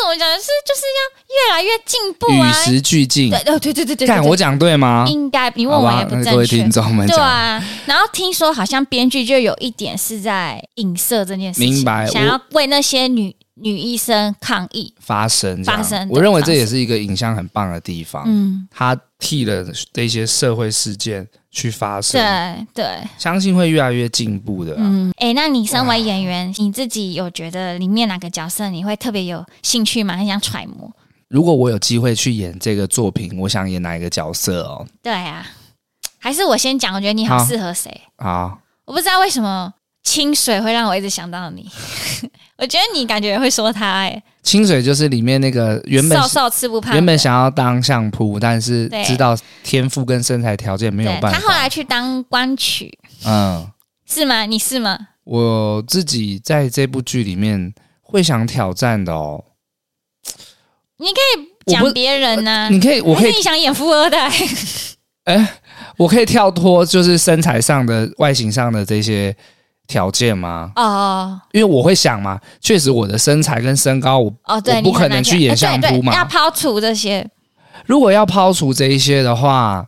A: 么讲，是就是要越来越进步
B: 与
A: 啊。
B: 时俱进。
A: 对哦，对对对对，
B: 看
A: 对
B: 我讲对吗？
A: 应该你问
B: 好
A: 我
B: 吧
A: 也，不
B: 那各
A: 正
B: 位
A: 确
B: 听。众们
A: 对
B: 讲，
A: 啊，然后听说好像编剧就有一点是在影射这件事情，
B: 明白
A: 想要为那些女女医生抗议。
B: 发生这样
A: 发生对
B: 我认为这也是一个影像很棒的地方，
A: 嗯，
B: 它替了这些社会事件去发生，
A: 对对，
B: 相信会越来越进步的啊、
A: 嗯，哎，那你身为演员，你自己有觉得里面哪个角色你会特别有兴趣吗？很想揣摩？
B: 如果我有机会去演这个作品，我想演哪一个角色哦？
A: 对啊，还是我先讲，我觉得你好
B: 好
A: 适合谁？
B: 啊，
A: 我不知道为什么清水会让我一直想到你， 我觉得你感觉会说他哎、
B: 清水就是里面那个原本
A: 瘦瘦吃不胖的，
B: 原本想要当相扑，但是
A: 对
B: 知道天赋跟身材条件没有
A: 对
B: 办
A: 他后
B: 法，
A: 来去当官曲
B: 嗯。
A: 是吗？你是吗？
B: 我自己在这部剧里面会想挑战的哦，我不
A: 讲别人啊呢、
B: 你可以，我可以
A: 呃还是你想演富二代？
B: 我可以跳脱就是身材上的、外形上的这些条件吗？
A: 哦
B: 因为我会想嘛，确实我的身材跟身高，我
A: 哦，对，
B: 我不
A: 你很
B: 可
A: 难
B: 能
A: 讲
B: 去演
A: 哎对
B: 相扑
A: 对
B: 嘛
A: 要抛除这些。
B: 如果要抛除这一些的话，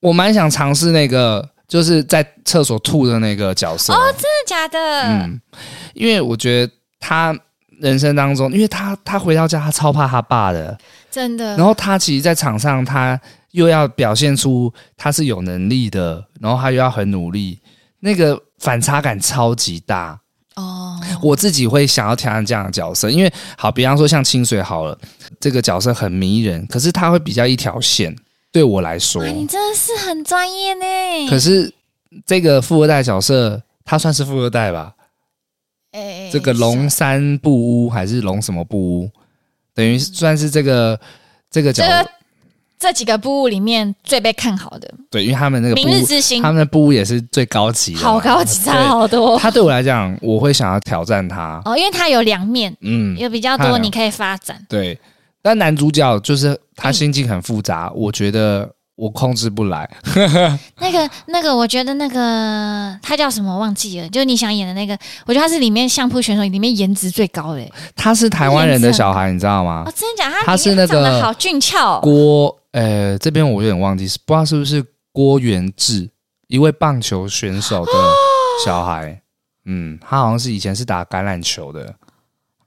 B: 我蛮想尝试那个就是在厕所吐的那个角色。哦，
A: 真的假的？
B: 嗯，因为我觉得他人生当中，因为他他回到家，他超怕他爸的，
A: 真的。
B: 然后他其实，在场上他又要表现出他是有能力的，然后他又要很努力，那个反差感超级大。
A: 哦，
B: 我自己会想要挑战这样的角色，因为好，比方说像清水好了，这个角色很迷人，可是他会比较一条线，对我来说
A: 哇，。你真的是很专业呢。
B: 可是这个富二代角色，他算是富二代吧？
A: 哎
B: 这个龙山布屋还是龙什么布屋，等于算是这个这个角
A: 这个这几个部务里面最被看好的，
B: 对，因为他们那个
A: 明
B: 布
A: 日
B: 屋，
A: 之星
B: 他们的布屋也是最高级的嘛，
A: 好高级，差好多
B: 他对我来讲，我会想要挑战他。
A: 哦，因为它有两面，
B: 嗯，
A: 有比较
B: 它有
A: 多你可以发展。
B: 对。但男主角就是
A: 嗯
B: 他心境很复杂，我觉得我控制不来。
A: 那个那个，我觉得那个他叫什么忘记了，就是你想演的那个，我觉得他是里面相扑选手里面颜值最高的、欸
B: 他是台湾人的小孩，你知道吗
A: 哦，？真的假的？
B: 啊他是
A: 里面
B: 那个
A: 长得好俊俏哦，
B: 郭呃，这边我有点忘记，不知道是不是郭元志，一位棒球选手的
A: 哦
B: 小孩。嗯，他好像是以前是打橄榄球的，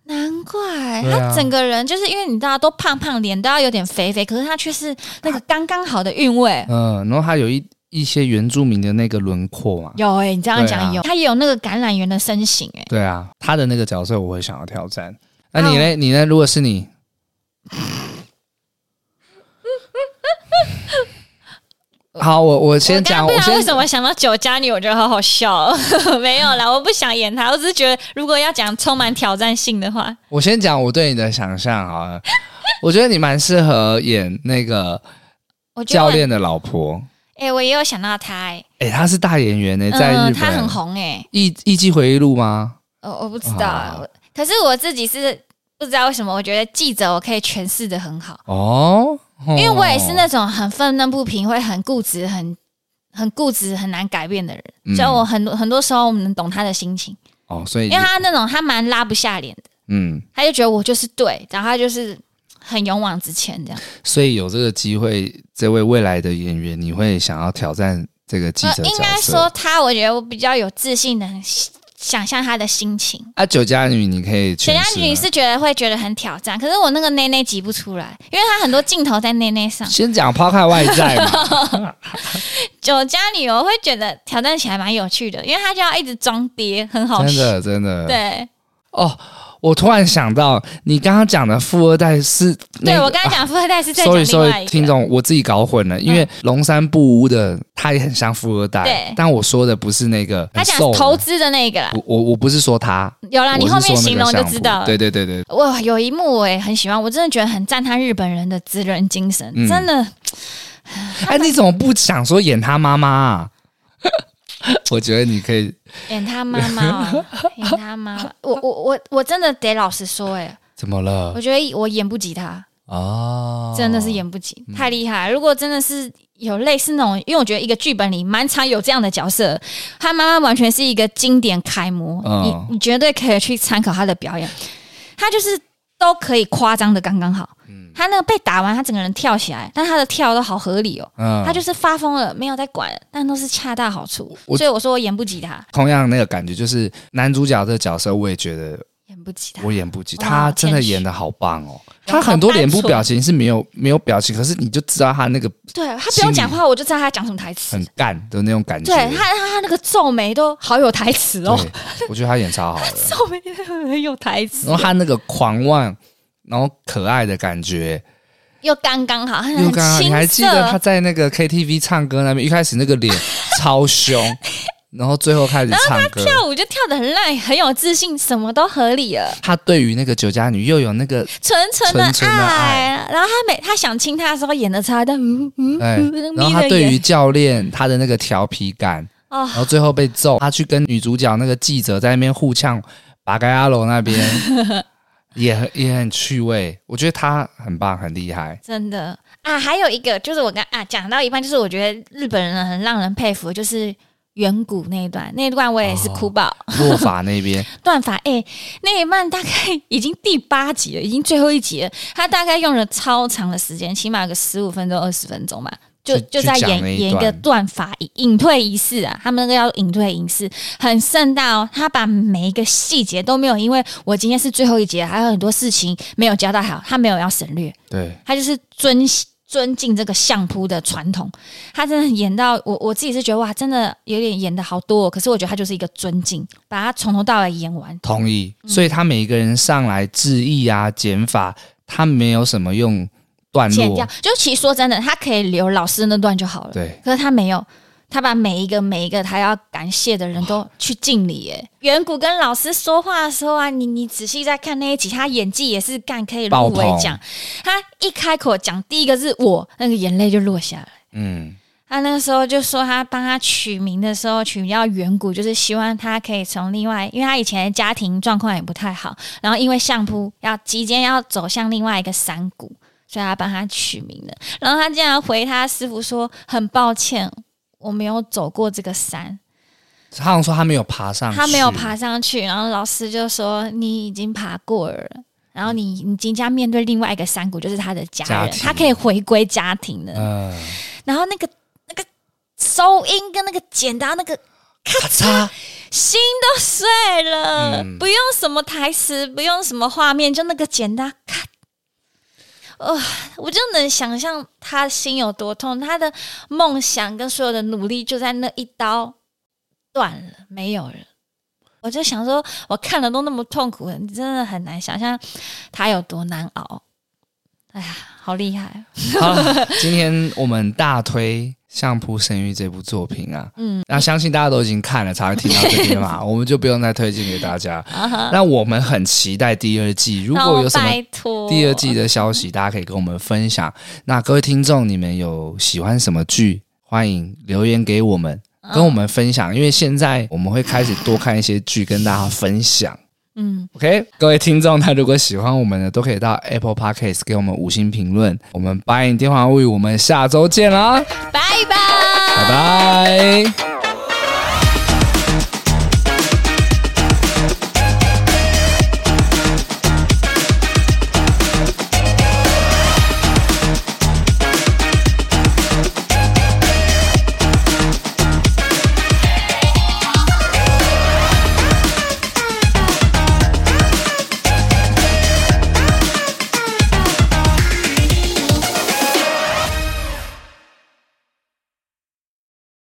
A: 难怪
B: 对啊
A: 他整个人就是因为你知道都胖胖，脸都要有点肥肥，可是他却是那个刚刚好的韵味。
B: 嗯、然后他有一一些原住民的那个轮廓嘛，
A: 有哎、你这样讲
B: 对啊
A: 有，他也有那个橄榄园的身形哎、
B: 对啊，他的那个角色我会想要挑战。那你呢？你呢？如果 是你，好，我我先
A: 我刚刚
B: 讲，
A: 不
B: 我
A: 知道
B: 先
A: 为什么想到酒家女，我觉得好好笑、哦。 没有啦，我不想演她，我只是觉得如果要讲充满挑战性的话，
B: 我先讲我对你的想象好了。我觉得你蛮适合演那个
A: 我觉得
B: 教练的老婆。
A: 哎、我也有想到她哎、
B: 哎、她是大演员呢、在
A: 嗯
B: 日本。
A: 她很红哎、
B: 艺艺伎回忆录吗？
A: 呃，我不知道
B: 啊
A: 啊，我可是我自己是不知道为什么，我觉得记者我可以诠释的很好，
B: 哦，因
A: 因为我也是那种很愤愤不平、会很固执、很很固执、很难改变的人，
B: 嗯
A: 所以我很多很多时候我们能懂他的心情，
B: 哦，所以
A: 因为他那种他蛮拉不下脸的，
B: 嗯，
A: 他就觉得我就是对，然后他就是很勇往直前这样。
B: 所以有这个机会，这位未来的演员，你会想要挑战这个记者角色？
A: 呃应该说他，我觉得我比较有自信的想象他的心情。
B: 啊，酒家女你可以诠啊释
A: 沈佳
B: 吗，
A: 女是觉得会觉得很挑战，可是我那个内内挤不出来，因为她很多镜头在内内上。
B: 先讲抛开外在嘛，
A: 酒家女我会觉得挑战起来蛮有趣的，因为她就要一直装爹，很好
B: 真
A: 笑。
B: 的 真的。
A: 对，
B: 哦，我突然想到，你刚刚讲的富二代是那
A: 对
B: 个啊
A: 我刚才讲富二代是在讲
B: sorry
A: 另外
B: sorry，
A: 一
B: 听
A: 个，嗯
B: 众，我自己搞混了，因为龙山布屋的他也很像富二代
A: 对，
B: 但我说的不是那个
A: 他
B: 很
A: 讲
B: 瘦的，
A: 投资的那个啦，
B: 我我我不是说他，
A: 有啦，
B: 我
A: 你后
B: 是
A: 面
B: 说
A: 形
B: 那
A: 容
B: 个
A: 就
B: 相
A: 知
B: 扑
A: 道了。
B: 对对对对，
A: 哇，有一幕我也很喜欢，我真的觉得很赞叹日本人的职人精神，
B: 嗯
A: 真的
B: 哎，你怎么不想说演他妈妈啊？我觉得你可以
A: 演他妈妈、 哦，演他妈妈，我我我我真的得老实说、欸，
B: 怎么了
A: 我？觉得我演不及他，
B: 哦，
A: 真的是演不及，太厉害了。如果真的是有类似那种，因为我觉得一个剧本里蛮常有这样的角色，他妈妈完全是一个经典楷模，
B: 嗯
A: 你你绝对可以去参考他的表演，他就是都可以夸张的刚刚好。
B: 嗯
A: 他那个被打完，他整个人跳起来，但他的跳都好合理哦。
B: 嗯
A: 他就是发疯了，没有在管，但都是恰到好处。
B: 我
A: 所以我说我演不及他，
B: 同样那个感觉，就是男主角这个角色，我也觉得
A: 演不及他。
B: 我演不及，
A: 哇
B: 他真的
A: 谦虚
B: 演的好棒哦。
A: 然
B: 他
A: 后
B: 很多
A: 单
B: 脸部
A: 纯
B: 表情是没有没有表情，可是你就知道他那个
A: 对他不用讲话，我就知道他讲什么台词
B: 很。干的那种感觉。
A: 对他，他他那个皱眉都好有台词哦。
B: 对，我觉得他演 超 好的。
A: 皱眉很有台词
B: 然，后他那个狂妄，然后可爱的感觉，
A: 又刚刚好，很
B: 又
A: 很
B: 刚刚你还
A: 青
B: 记得他
A: 涩。
B: 在那个 KTV 唱歌那边，一开始那个 脸超凶，然后最后开始唱歌。
A: 跳舞就跳得很烂，很有自信，什么都合理了，
B: 他对于那个酒家女又有那个
A: 纯纯的爱。
B: 纯纯的爱
A: 然后他每他想亲他的时候演的差，但嗯嗯
B: 哎
A: 嗯，那个，
B: 然后
A: 眯
B: 他
A: 着
B: 对
A: 眼
B: 于教练他的那个调皮感，
A: 哦
B: 然，后最后被揍，他去跟女主角那个记者在那边互呛，巴盖阿龙那边 也很也很趣味，我觉得他很棒，很厉害。
A: 真的啊，还有一个就是我刚啊讲到一半，就是我觉得日本人很让人佩服，就是远古那一段，那一段我也
B: 哦
A: 是哭爆。
B: 落法那 边，
A: 断法哎、那一半大概已经第八集了，已经最后一集了。他大概用了超长的时间，起码有个十五分钟、二十分钟吧，就
B: 去
A: 就在
B: 去讲
A: 演
B: 那一段
A: 演一个断法仪隐退仪式啊。他们那个要隐退仪式很盛大哦，他把每一个细节都没有，因为我今天是最后一节，还有很多事情没有交代好，他没有要省略，
B: 对，
A: 他就是尊尊敬这个相扑的传统。他真的演到我我自己是觉得哇，真的有点演的好多、哦，可是我觉得他就是一个尊敬，把他从头到尾演完。
B: 同意。
A: 嗯
B: 所以他每一个人上来致意啊、减法，他没有什么用段
A: 剪掉
B: 落，。
A: 就其实说真的，他可以留老师那段就好了。
B: 对，
A: 可是他没有，他把每一个每一个他要感谢的人都去敬礼。耶。远古跟老师说话的时候啊，你你仔细在看那一集，他演技也是干可以入
B: 爆
A: 围
B: 棚
A: 奖。他一开口讲第一个是我，那个眼泪就落下来。
B: 嗯，
A: 他那个时候就说，他帮他取名的时候取名叫远古，就是希望他可以从另外，因为他以前的家庭状况也不太好，然后因为相扑要即将要走向另外一个山谷，所以他帮他取名的。然后他竟然回他师傅说：“很抱歉，我没有走过这个山，
B: 他好像说他没有爬上去，
A: 他没有爬上去。”然后老师就说：“你已经爬过了。”然后你你即将面对另外一个山谷，就是他的家人，
B: 家庭
A: 他可以回归家庭了。
B: 嗯，
A: 然后那个那个收音跟那个简单那个
B: 咔 嚓，
A: 心都碎了，
B: 嗯
A: 不用什么台词，不用什么画面，就那个简单看。哇、我就能想象他心有多痛，他的梦想跟所有的努力就在那一刀断了，没有了。我就想说，我看了都那么痛苦了，你真的很难想象他有多难熬。哎呀，好厉害！
B: 好了，今天我们大推《相扑神域》这部作品啊，嗯，那相信大家都已经看了，才会听到这 边嘛，我们就不用再推荐给大家。
A: 啊
B: 那我们很期待第二季，如
A: 那
B: 果
A: 我
B: 有什么
A: 拜托
B: 第二季的消息，大家可以跟我们分享。那各位听众，你们有喜欢什么剧？欢迎留言给我们，跟我们分享。因为现在我们会开始多看一些剧，跟大家分享。
A: 嗯
B: OK，各位听众，那如果喜欢我们的，都可以到 Apple Podcast 给我们五星评论。我们八音电话物语，我们下周见啦，
A: 拜拜。
B: 拜拜。